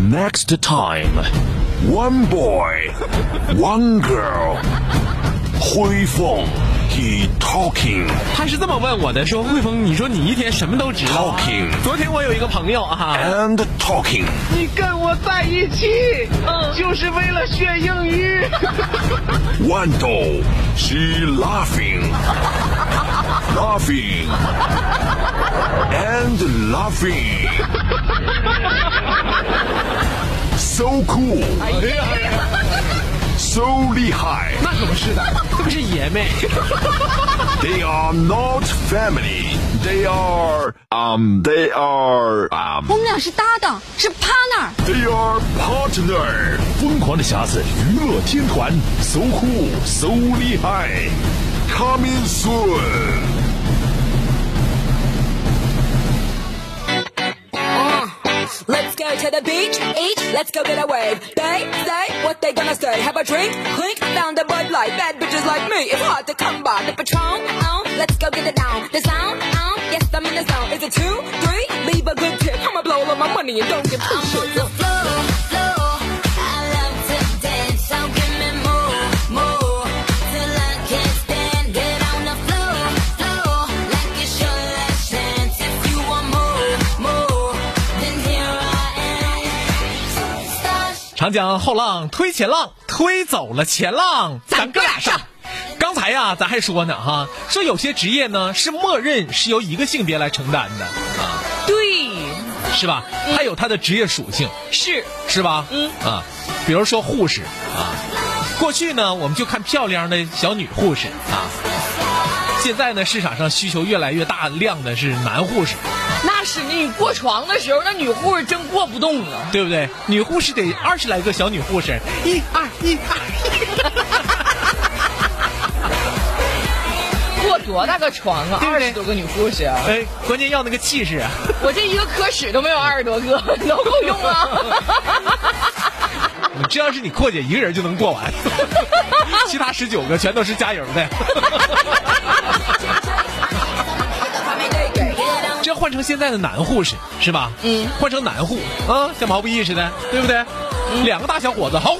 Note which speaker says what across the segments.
Speaker 1: Next time, one boy, one girl. 灰凤，he talking
Speaker 2: 他是这么问我的，说汇丰，你说你一天什么都知道啊、
Speaker 1: Talking 哎
Speaker 2: 昨天我有一个朋友啊，
Speaker 1: and talking。
Speaker 3: 你跟我在一起，
Speaker 4: 嗯
Speaker 3: 就是为了学英 语。
Speaker 1: Wando, she laughing, laughing, and laughing. So cool,
Speaker 2: 哎呀，
Speaker 1: so 厉害。
Speaker 2: 那可不是的，这不是爷们。
Speaker 1: They are not family. They are um. They are um.
Speaker 5: 我们俩是搭档，是 partner。
Speaker 1: They are partner. 疯狂的匣子娱乐天团，so cool, so 厉害。Coming soon.
Speaker 6: Uh, Let's go to the beach, eat, let's go get a wave. They say what they gonna say. Have a drink, clink, found a Bud Light. Bad bitches like me, it's hard to come by. The Patron, on, let's go get it down. The sound, on, yes, I'm in the zone. Is it two, three? Leave a good tip. I'ma blow all of my money and don't give two shits.
Speaker 7: Stop.
Speaker 2: 长江后浪推前浪，推走了前浪，咱哥俩上。刚才呀、咱还说呢哈、说有些职业呢是默认是由一个性别来承担的，
Speaker 6: 对，
Speaker 2: 是吧？它有它的职业属性，
Speaker 6: 是
Speaker 2: 是吧？
Speaker 6: 嗯
Speaker 2: 啊，比如说护士啊，过去呢我们就看漂亮的小女护士啊，现在呢市场上需求越来越大量的是男护士，
Speaker 4: 那是你过床的时候，那女护士真过不动啊。
Speaker 2: 对不对？女护士得二十来个小女护士，一二一二，
Speaker 4: 过多大个床啊？
Speaker 2: 对不
Speaker 4: 二
Speaker 2: 对
Speaker 4: 十多个女护士啊！
Speaker 2: 哎，关键要那个气势啊。
Speaker 4: 我这一个科室都没有二十多 个，能够用啊？
Speaker 2: 你这要是你阔姐一个人就能过完， 其他十九个全都是加油的。这换成现在的男护士是吧？嗯，换成男护啊，像毛不易似的，对不对？两个大小伙子，好，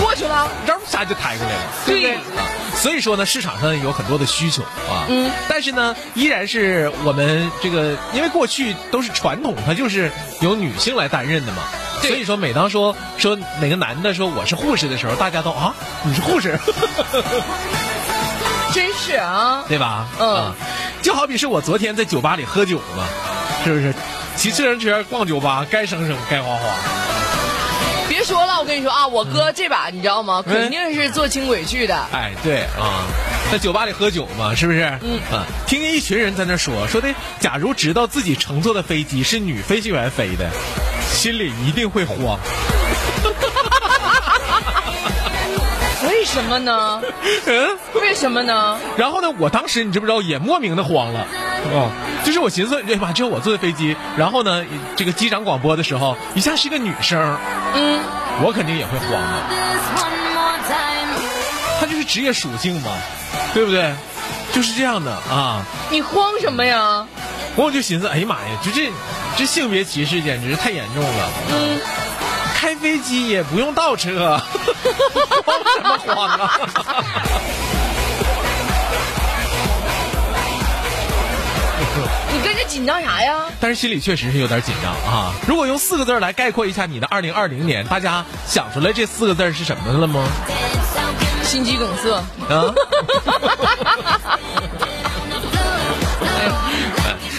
Speaker 4: 过去了，
Speaker 2: 这儿一下就抬过来了，对不对？
Speaker 4: 对
Speaker 2: 啊所以说呢，市场上有很多的需求啊，嗯，但是呢，依然是我们这个，因为过去都是传统，它就是由女性来担任的嘛。所以说，每当说说哪个男的说我是护士的时候，大家都啊，你是护 士，
Speaker 4: 真是啊！
Speaker 2: 对吧？
Speaker 4: 嗯
Speaker 2: 啊就好比是我昨天在酒吧里喝酒嘛，是不是？骑自行车逛酒吧，该省省，该花花。
Speaker 4: 别说了，我跟你说啊，我哥这把你知道吗？肯定是坐轻轨去的。
Speaker 2: 哎，对啊，在酒吧里喝酒嘛，是不是？嗯啊，听见一群人在那说，说的，假如知道自己乘坐的飞机是女飞行员飞的，心里一定会慌。
Speaker 4: 为什么 呢？
Speaker 2: 嗯，
Speaker 4: 为什么呢？
Speaker 2: 然后呢，我当时你知不知道也莫名的慌了。哦，就是我寻思，哎呀妈，这我坐的飞机，然后呢，这个机长广播的时候，一下是一个女生，
Speaker 4: 嗯，
Speaker 2: 我肯定也会慌的。他就是职业属性嘛，对不对？就是这样的啊。
Speaker 4: 你慌什么呀？
Speaker 2: 我就寻思，哎呀妈呀，就这这性别歧视简直太严重了。
Speaker 4: 嗯，
Speaker 2: 开飞机也不用倒车， 慌什么慌啊？
Speaker 4: 你跟着紧张啥呀？
Speaker 2: 但是心里确实是有点紧张啊。如果用四个字儿来概括一下你的二零二零年，大家想出来这四个字儿是什么了吗？
Speaker 4: 心肌梗塞。
Speaker 2: 啊？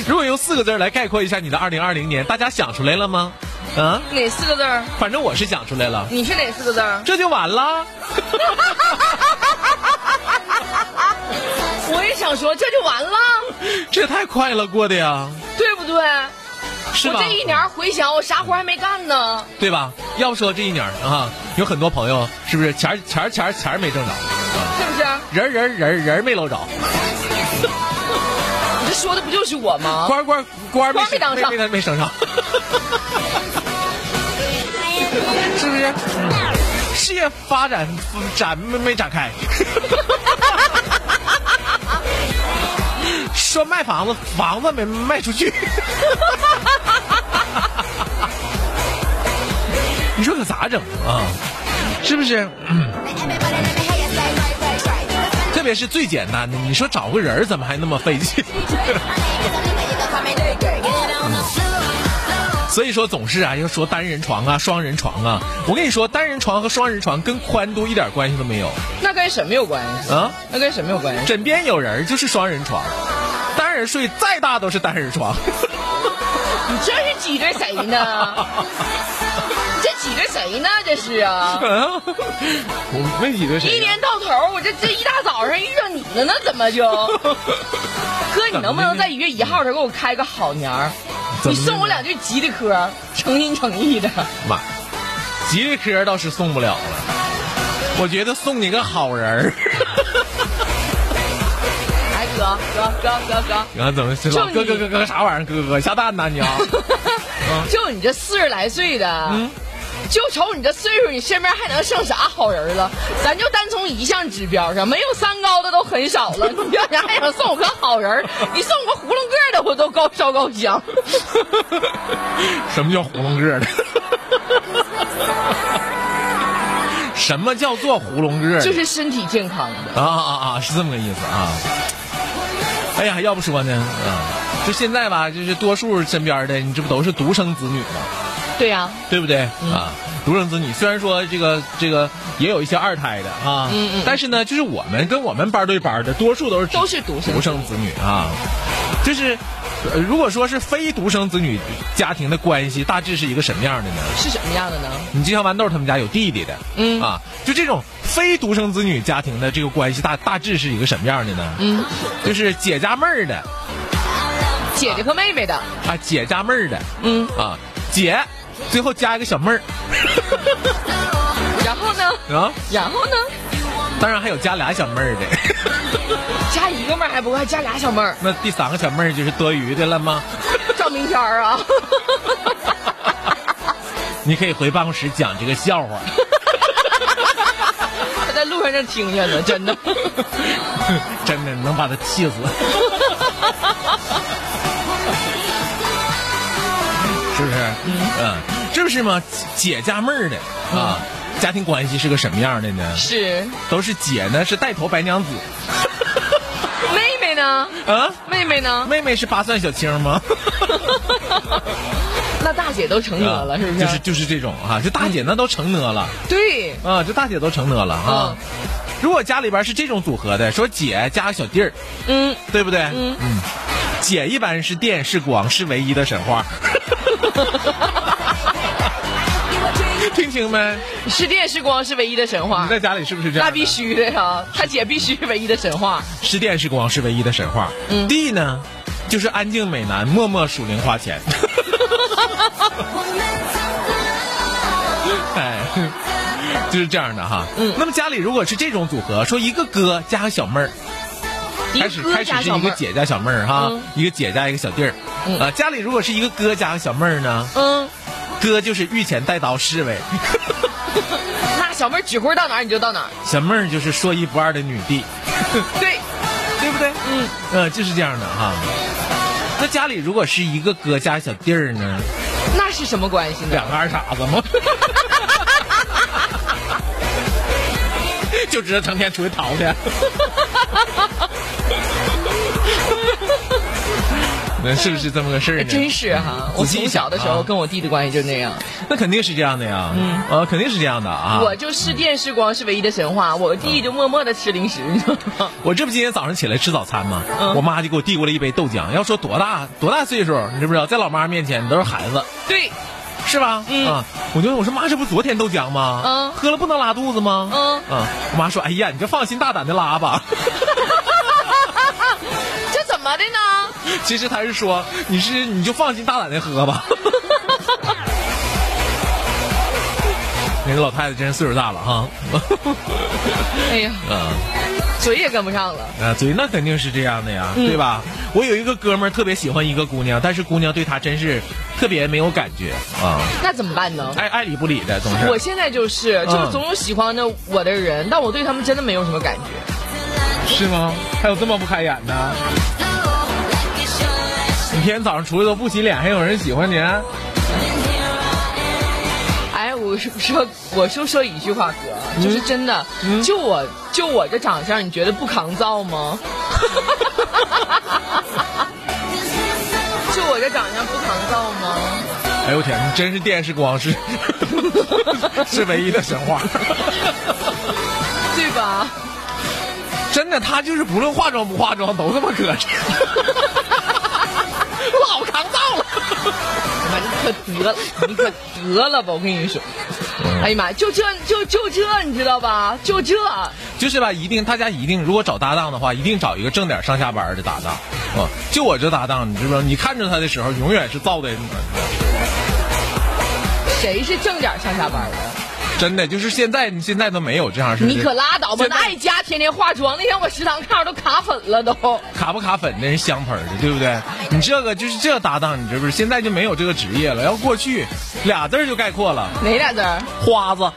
Speaker 2: 如果用四个字儿来概括一下你的二零二零年，大家想出来了吗？啊，
Speaker 4: 哪四个字儿？
Speaker 2: 反正我是想出来了，
Speaker 4: 你是哪四个字儿？
Speaker 2: 这就完了。
Speaker 4: 我也想说，这就完了，
Speaker 2: 这也太快了过的呀，
Speaker 4: 对不对？
Speaker 2: 是
Speaker 4: 我
Speaker 2: 吧？
Speaker 4: 这一年回想，我啥活还没干呢。
Speaker 2: 对吧？要不说这一年儿啊，有很多朋友是不是钱儿钱儿钱儿钱儿没挣着，
Speaker 4: 是不是？
Speaker 2: 人儿人儿人儿人儿没搂着，
Speaker 4: 你这说的不就是我吗？
Speaker 2: 官儿官儿官儿
Speaker 4: 官儿没当上
Speaker 2: 没没没升上，是不是？事业发展展没没展开，说卖房子房子没卖出去，你说可咋整啊？是不是？特别是最简单的，你说找个人儿怎么还那么费劲？ 所以说总是啊，又说单人床啊、双人床啊。我跟你说，单人床和双人床跟宽度一点关系都没有
Speaker 4: 那跟什么有关系？
Speaker 2: 啊。
Speaker 4: 那跟什么有关系？
Speaker 2: 枕边有人儿就是双人床，单人睡再大都是单人床。
Speaker 4: 你这是挤兑谁呢？ 你这挤兑谁呢？这是啊！
Speaker 2: 嗯我没挤兑谁呀、
Speaker 4: 一年到头，我这这一大早上遇上你了呢，怎么就？哥，你能不能在一月一号的时候给我开个好年儿？
Speaker 2: 怎
Speaker 4: 你
Speaker 2: 么的呢
Speaker 4: 送我两句吉利科，诚心诚意的。
Speaker 2: 妈，吉利科倒是送不了了，我觉得送你个好人
Speaker 4: 哎，哥哥哥哥哥，
Speaker 2: 儿。啊，怎么是老
Speaker 4: 就
Speaker 2: 哥
Speaker 4: 你
Speaker 2: 哥哥哥啥玩意儿？哥哥下蛋呐 你啊！
Speaker 4: 就你这四十来岁的，就瞅你这岁数，你身边还能剩啥好人了？咱就单从一项指标上，没有三高的都很少 了。你要啥还想送我个好人儿？你送我个囫囵个儿的，我都高烧高 香。
Speaker 2: 什么叫囫囵个儿的？什么叫做囫囵个儿的？
Speaker 4: 就是身体健康的，
Speaker 2: 啊啊啊！是这么个意思啊。哎呀，要不说呢，啊，就现在吧，就是多数身边的，你这不都是独生子女吗？
Speaker 4: 对呀、
Speaker 2: 对不对、啊？独生子女虽然说这个这个也有一些二胎的啊，嗯嗯，但是呢，就是我们跟我们班对班的，多数都是
Speaker 4: 都是独生子女
Speaker 2: 独生子女啊，就是。呃如果说是非独生子女家庭的关系，大致是一个什么样的呢？
Speaker 4: 是什么样的呢？
Speaker 2: 你就像豌豆他们家有弟弟的，嗯啊，就这种非独生子女家庭的这个关系大大致是一个什么样的呢？嗯，就是姐家妹儿的
Speaker 4: 姐姐和妹妹的，
Speaker 2: 啊，姐家妹儿的，嗯啊，姐，最后加一个小妹儿
Speaker 4: 然后呢？
Speaker 2: 啊，
Speaker 4: 然后呢？
Speaker 2: 当然还有加俩小妹儿的，
Speaker 4: 加一个妹儿还不够，还加俩小妹 儿，
Speaker 2: 那第三个小妹儿就是多余的了吗？
Speaker 4: 照明天儿啊！
Speaker 2: 你可以回办公室讲这个笑话，
Speaker 4: 他在路上正听见呢，真的。
Speaker 2: 真的能把他气死， 是不是？嗯，是不是嘛？姐加妹儿的啊，
Speaker 4: 嗯
Speaker 2: 家庭关系是个什么样的呢？
Speaker 4: 是
Speaker 2: 都是姐呢，是带头白娘子
Speaker 4: 妹妹呢？
Speaker 2: 啊，
Speaker 4: 妹妹呢？
Speaker 2: 妹妹是八蒜小青吗？
Speaker 4: 那大姐都成
Speaker 2: 啊
Speaker 4: 魔了，是不是？
Speaker 2: 就是就是这种啊，就大姐那都成呢了
Speaker 4: 对，
Speaker 2: 啊，就大姐都成呢了啊。如果家里边是这种组合的，说姐加个小弟儿，
Speaker 4: 嗯，
Speaker 2: 对不对？嗯姐一般是电是光是唯一的神 话，听清没？
Speaker 4: 是电是光是唯一的神
Speaker 2: 你
Speaker 4: 话，
Speaker 2: 在家里是不是这样？
Speaker 4: 那必须的呀，他姐必须唯一的神话。
Speaker 2: 是电是光是唯一的神话。弟呢，就是安静美男，默默数零花 钱。哎， 就是这样的哈。嗯，那么家里如果是这种组合，说一个哥加个小妹儿，
Speaker 4: 一
Speaker 2: 开始
Speaker 4: 哥
Speaker 2: 开始
Speaker 4: 加
Speaker 2: 是
Speaker 4: 小
Speaker 2: 一
Speaker 4: 妹
Speaker 2: 个
Speaker 4: 儿，
Speaker 2: 姐加小妹儿哈
Speaker 4: 嗯，
Speaker 2: 一个姐加一个小弟儿。啊，家里如果是一个哥加个小妹儿呢，
Speaker 4: 嗯，
Speaker 2: 哥就是御前带刀侍卫，
Speaker 4: 那小妹儿指挥到哪儿你就到哪儿。
Speaker 2: 小妹儿就是说一不二的女帝。
Speaker 4: 对，
Speaker 2: 对不对？嗯，呃，就是这样的哈。那家里如果是一个哥加小弟儿呢，
Speaker 4: 那是什么关系呢？
Speaker 2: 两个二傻子吗？ 就知道成天出去淘 去。那是不是这么个事儿呢？
Speaker 4: 真是哈！我
Speaker 2: 仔细一
Speaker 4: 从小的时
Speaker 2: 想
Speaker 4: 候
Speaker 2: 啊
Speaker 4: 跟我弟的关系就那样，
Speaker 2: 那肯定是这样的呀，嗯，啊，肯定是这样的啊。
Speaker 4: 我就视电视光是唯一的神话，我弟就默默的吃零食，你知道吗？
Speaker 2: 我这不今天早上起来吃早餐吗？
Speaker 4: 嗯
Speaker 2: 我妈就给我递过来一杯豆浆。要说多大多大岁数，你知不知道？在老妈面前你都是孩子。
Speaker 4: 对，
Speaker 2: 是吧？
Speaker 4: 嗯
Speaker 2: 啊，我就我说妈，这不昨天豆浆吗？
Speaker 4: 嗯
Speaker 2: 喝了不能拉肚子吗？
Speaker 4: 嗯
Speaker 2: 啊，我妈说，哎呀，你就放心大胆的拉吧。
Speaker 4: 这怎么的呢？
Speaker 2: 其实她是说，你是你就放心大胆的喝 吧。那个老太太真是岁数大了哈，
Speaker 4: 哎呀，
Speaker 2: 啊
Speaker 4: 嘴也跟不上了。
Speaker 2: 啊，对，那肯定是这样的呀，对吧？我有一个哥们儿特别喜欢一个姑娘，但是姑娘对他真是特别没有感觉啊，
Speaker 4: 那怎么办呢？
Speaker 2: 爱爱理不理的，总是。
Speaker 4: 我现在就是，
Speaker 2: 嗯
Speaker 4: 就是总有喜欢的我的人，但我对他们真的没有什么感觉。
Speaker 2: 是吗？还有这么不开眼的？你啊天天早上出去都不洗脸，还有人喜欢你？
Speaker 4: 哎，我就说，我就说一句话，哥，就是真的，就我就我这长相，你觉得不抗造吗？就我这长相不抗造吗？
Speaker 2: 哎呦我天，你真是电视光是 是唯一的神话，
Speaker 4: 对吧？
Speaker 2: 真的，他就是不论化妆不化妆都他妈磕碜， 老扛造了。
Speaker 4: 妈，你可得了，你可得了吧！我跟你说，哎呀妈，就这就就这，你知道吧？就这，
Speaker 2: 就是吧，一定大家一定如果找搭档的话，一定找一个正点上下班的搭档啊、就我这搭档，你知不知道？你看着他的时候，永远是造的，
Speaker 4: 谁是正点上下班的？
Speaker 2: 真的就是现在现在都没有这样式的。
Speaker 4: 你可拉倒吧！
Speaker 2: 现在
Speaker 4: 那爱家天天化妆，那天我食堂看着都卡粉了都。
Speaker 2: 卡不卡粉的人香喷儿的，对不对？你这个就是这搭档，你知不知？现在就没有这个职业了，要过去俩字儿就概括了，
Speaker 4: 哪俩字儿？
Speaker 2: 花子。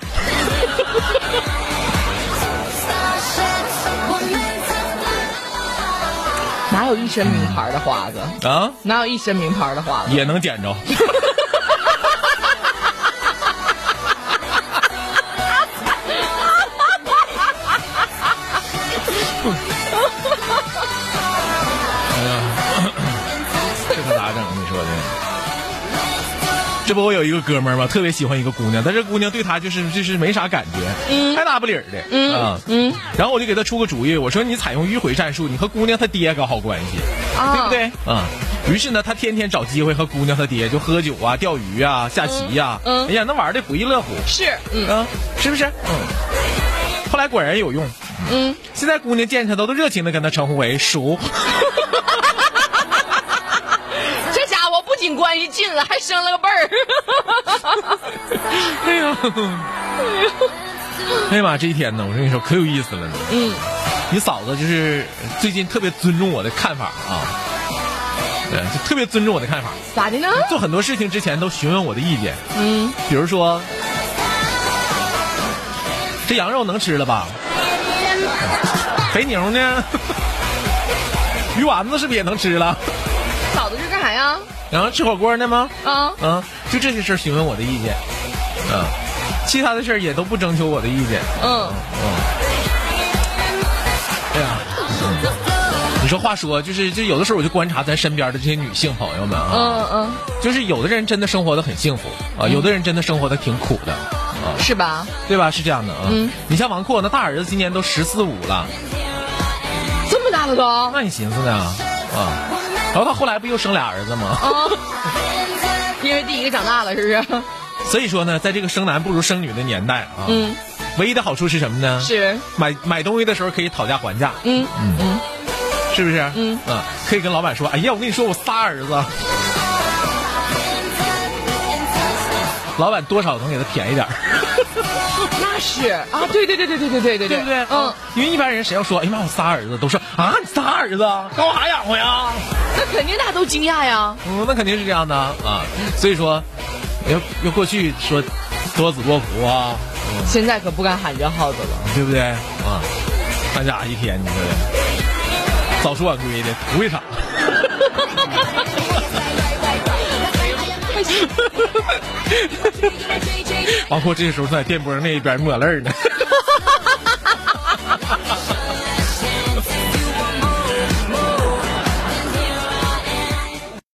Speaker 4: 哪有一身名牌的花子？
Speaker 2: 啊，
Speaker 4: 哪有一身名牌的花子？
Speaker 2: 也能捡着。哎呀，这可咋整？你说这？这不，我有一个哥们儿嘛，特别喜欢一个姑娘，但这姑娘对他就是就是没啥感觉，爱搭不理儿的，嗯啊，嗯。然后我就给他出个主意，我说你采用迂回战术，你和姑娘她爹搞好关系。对不
Speaker 4: 啊，
Speaker 2: 对？啊、于是呢，他天天找机会和姑娘他爹就喝酒啊、钓鱼啊、下棋呀、
Speaker 4: 嗯嗯
Speaker 2: 哎呀，那玩意儿的不亦乐乎，
Speaker 4: 是，嗯
Speaker 2: 啊，是不是？嗯。后来果然有用，
Speaker 4: 嗯，
Speaker 2: 现在姑娘见他都都热情的跟他称呼为叔，
Speaker 4: 这家伙不仅关系近了，还生了个辈儿。
Speaker 2: 哎呀，哎呀妈，这一天呢，我跟你说可有意思了呢。
Speaker 4: 嗯，
Speaker 2: 你嫂子就是最近特别尊重我的看法啊，对，就特别尊重我的看法。
Speaker 4: 咋的呢？
Speaker 2: 做很多事情之前都询问我的意见。嗯，比如说，这羊肉能吃了吧？肥牛呢？ 鱼丸子是不是也能吃了？
Speaker 4: 嫂子这干啥呀？
Speaker 2: 然后吃火锅呢吗？
Speaker 4: 啊，
Speaker 2: 嗯，就这些事儿询问我的意见。嗯，其他的事儿也都不征求我的意见。
Speaker 4: 嗯，
Speaker 2: 哎呀，嗯你说话说就是，就有的时候我就观察咱身边的这些女性朋友们啊，
Speaker 4: 嗯
Speaker 2: 就是有的人真的生活的很幸福啊、有的人真的生活的挺苦的啊。
Speaker 4: 嗯，是吧？
Speaker 2: 对吧？是这样的啊。
Speaker 4: 嗯
Speaker 2: 你像王阔那大儿子今年都十四五了，
Speaker 4: 这么大的都。
Speaker 2: 那你寻思呢？啊，然后他后来不又生俩儿子吗？
Speaker 4: 啊， 因为第一个长大了，是不是？
Speaker 2: 所以说呢，在这个生男不如生女的年代啊，
Speaker 4: 嗯，
Speaker 2: 唯一的好处是什么呢？
Speaker 4: 是，
Speaker 2: 买买东西的时候可以讨价还价，
Speaker 4: 嗯嗯，
Speaker 2: 是不是？嗯啊，可以跟老板说，哎呀，我跟你说，我仨儿子。 老板多少能给他便宜点儿，
Speaker 4: 那是啊，对对对对对对对对
Speaker 2: 对不对？
Speaker 4: 嗯，，
Speaker 2: 因为一般人谁要说，哎呀妈，我仨儿子，都说啊，你仨儿子，搞啥养活呀？
Speaker 4: 那肯定大家都惊讶呀。
Speaker 2: 嗯，那肯定是这样的啊。所以说，要要过去说多子多福啊，
Speaker 4: 现在可不敢喊这号子了。
Speaker 2: 对不对啊？大家一天你说的，早出晚归的，图一场。包括这时候在电波那边抹泪呢，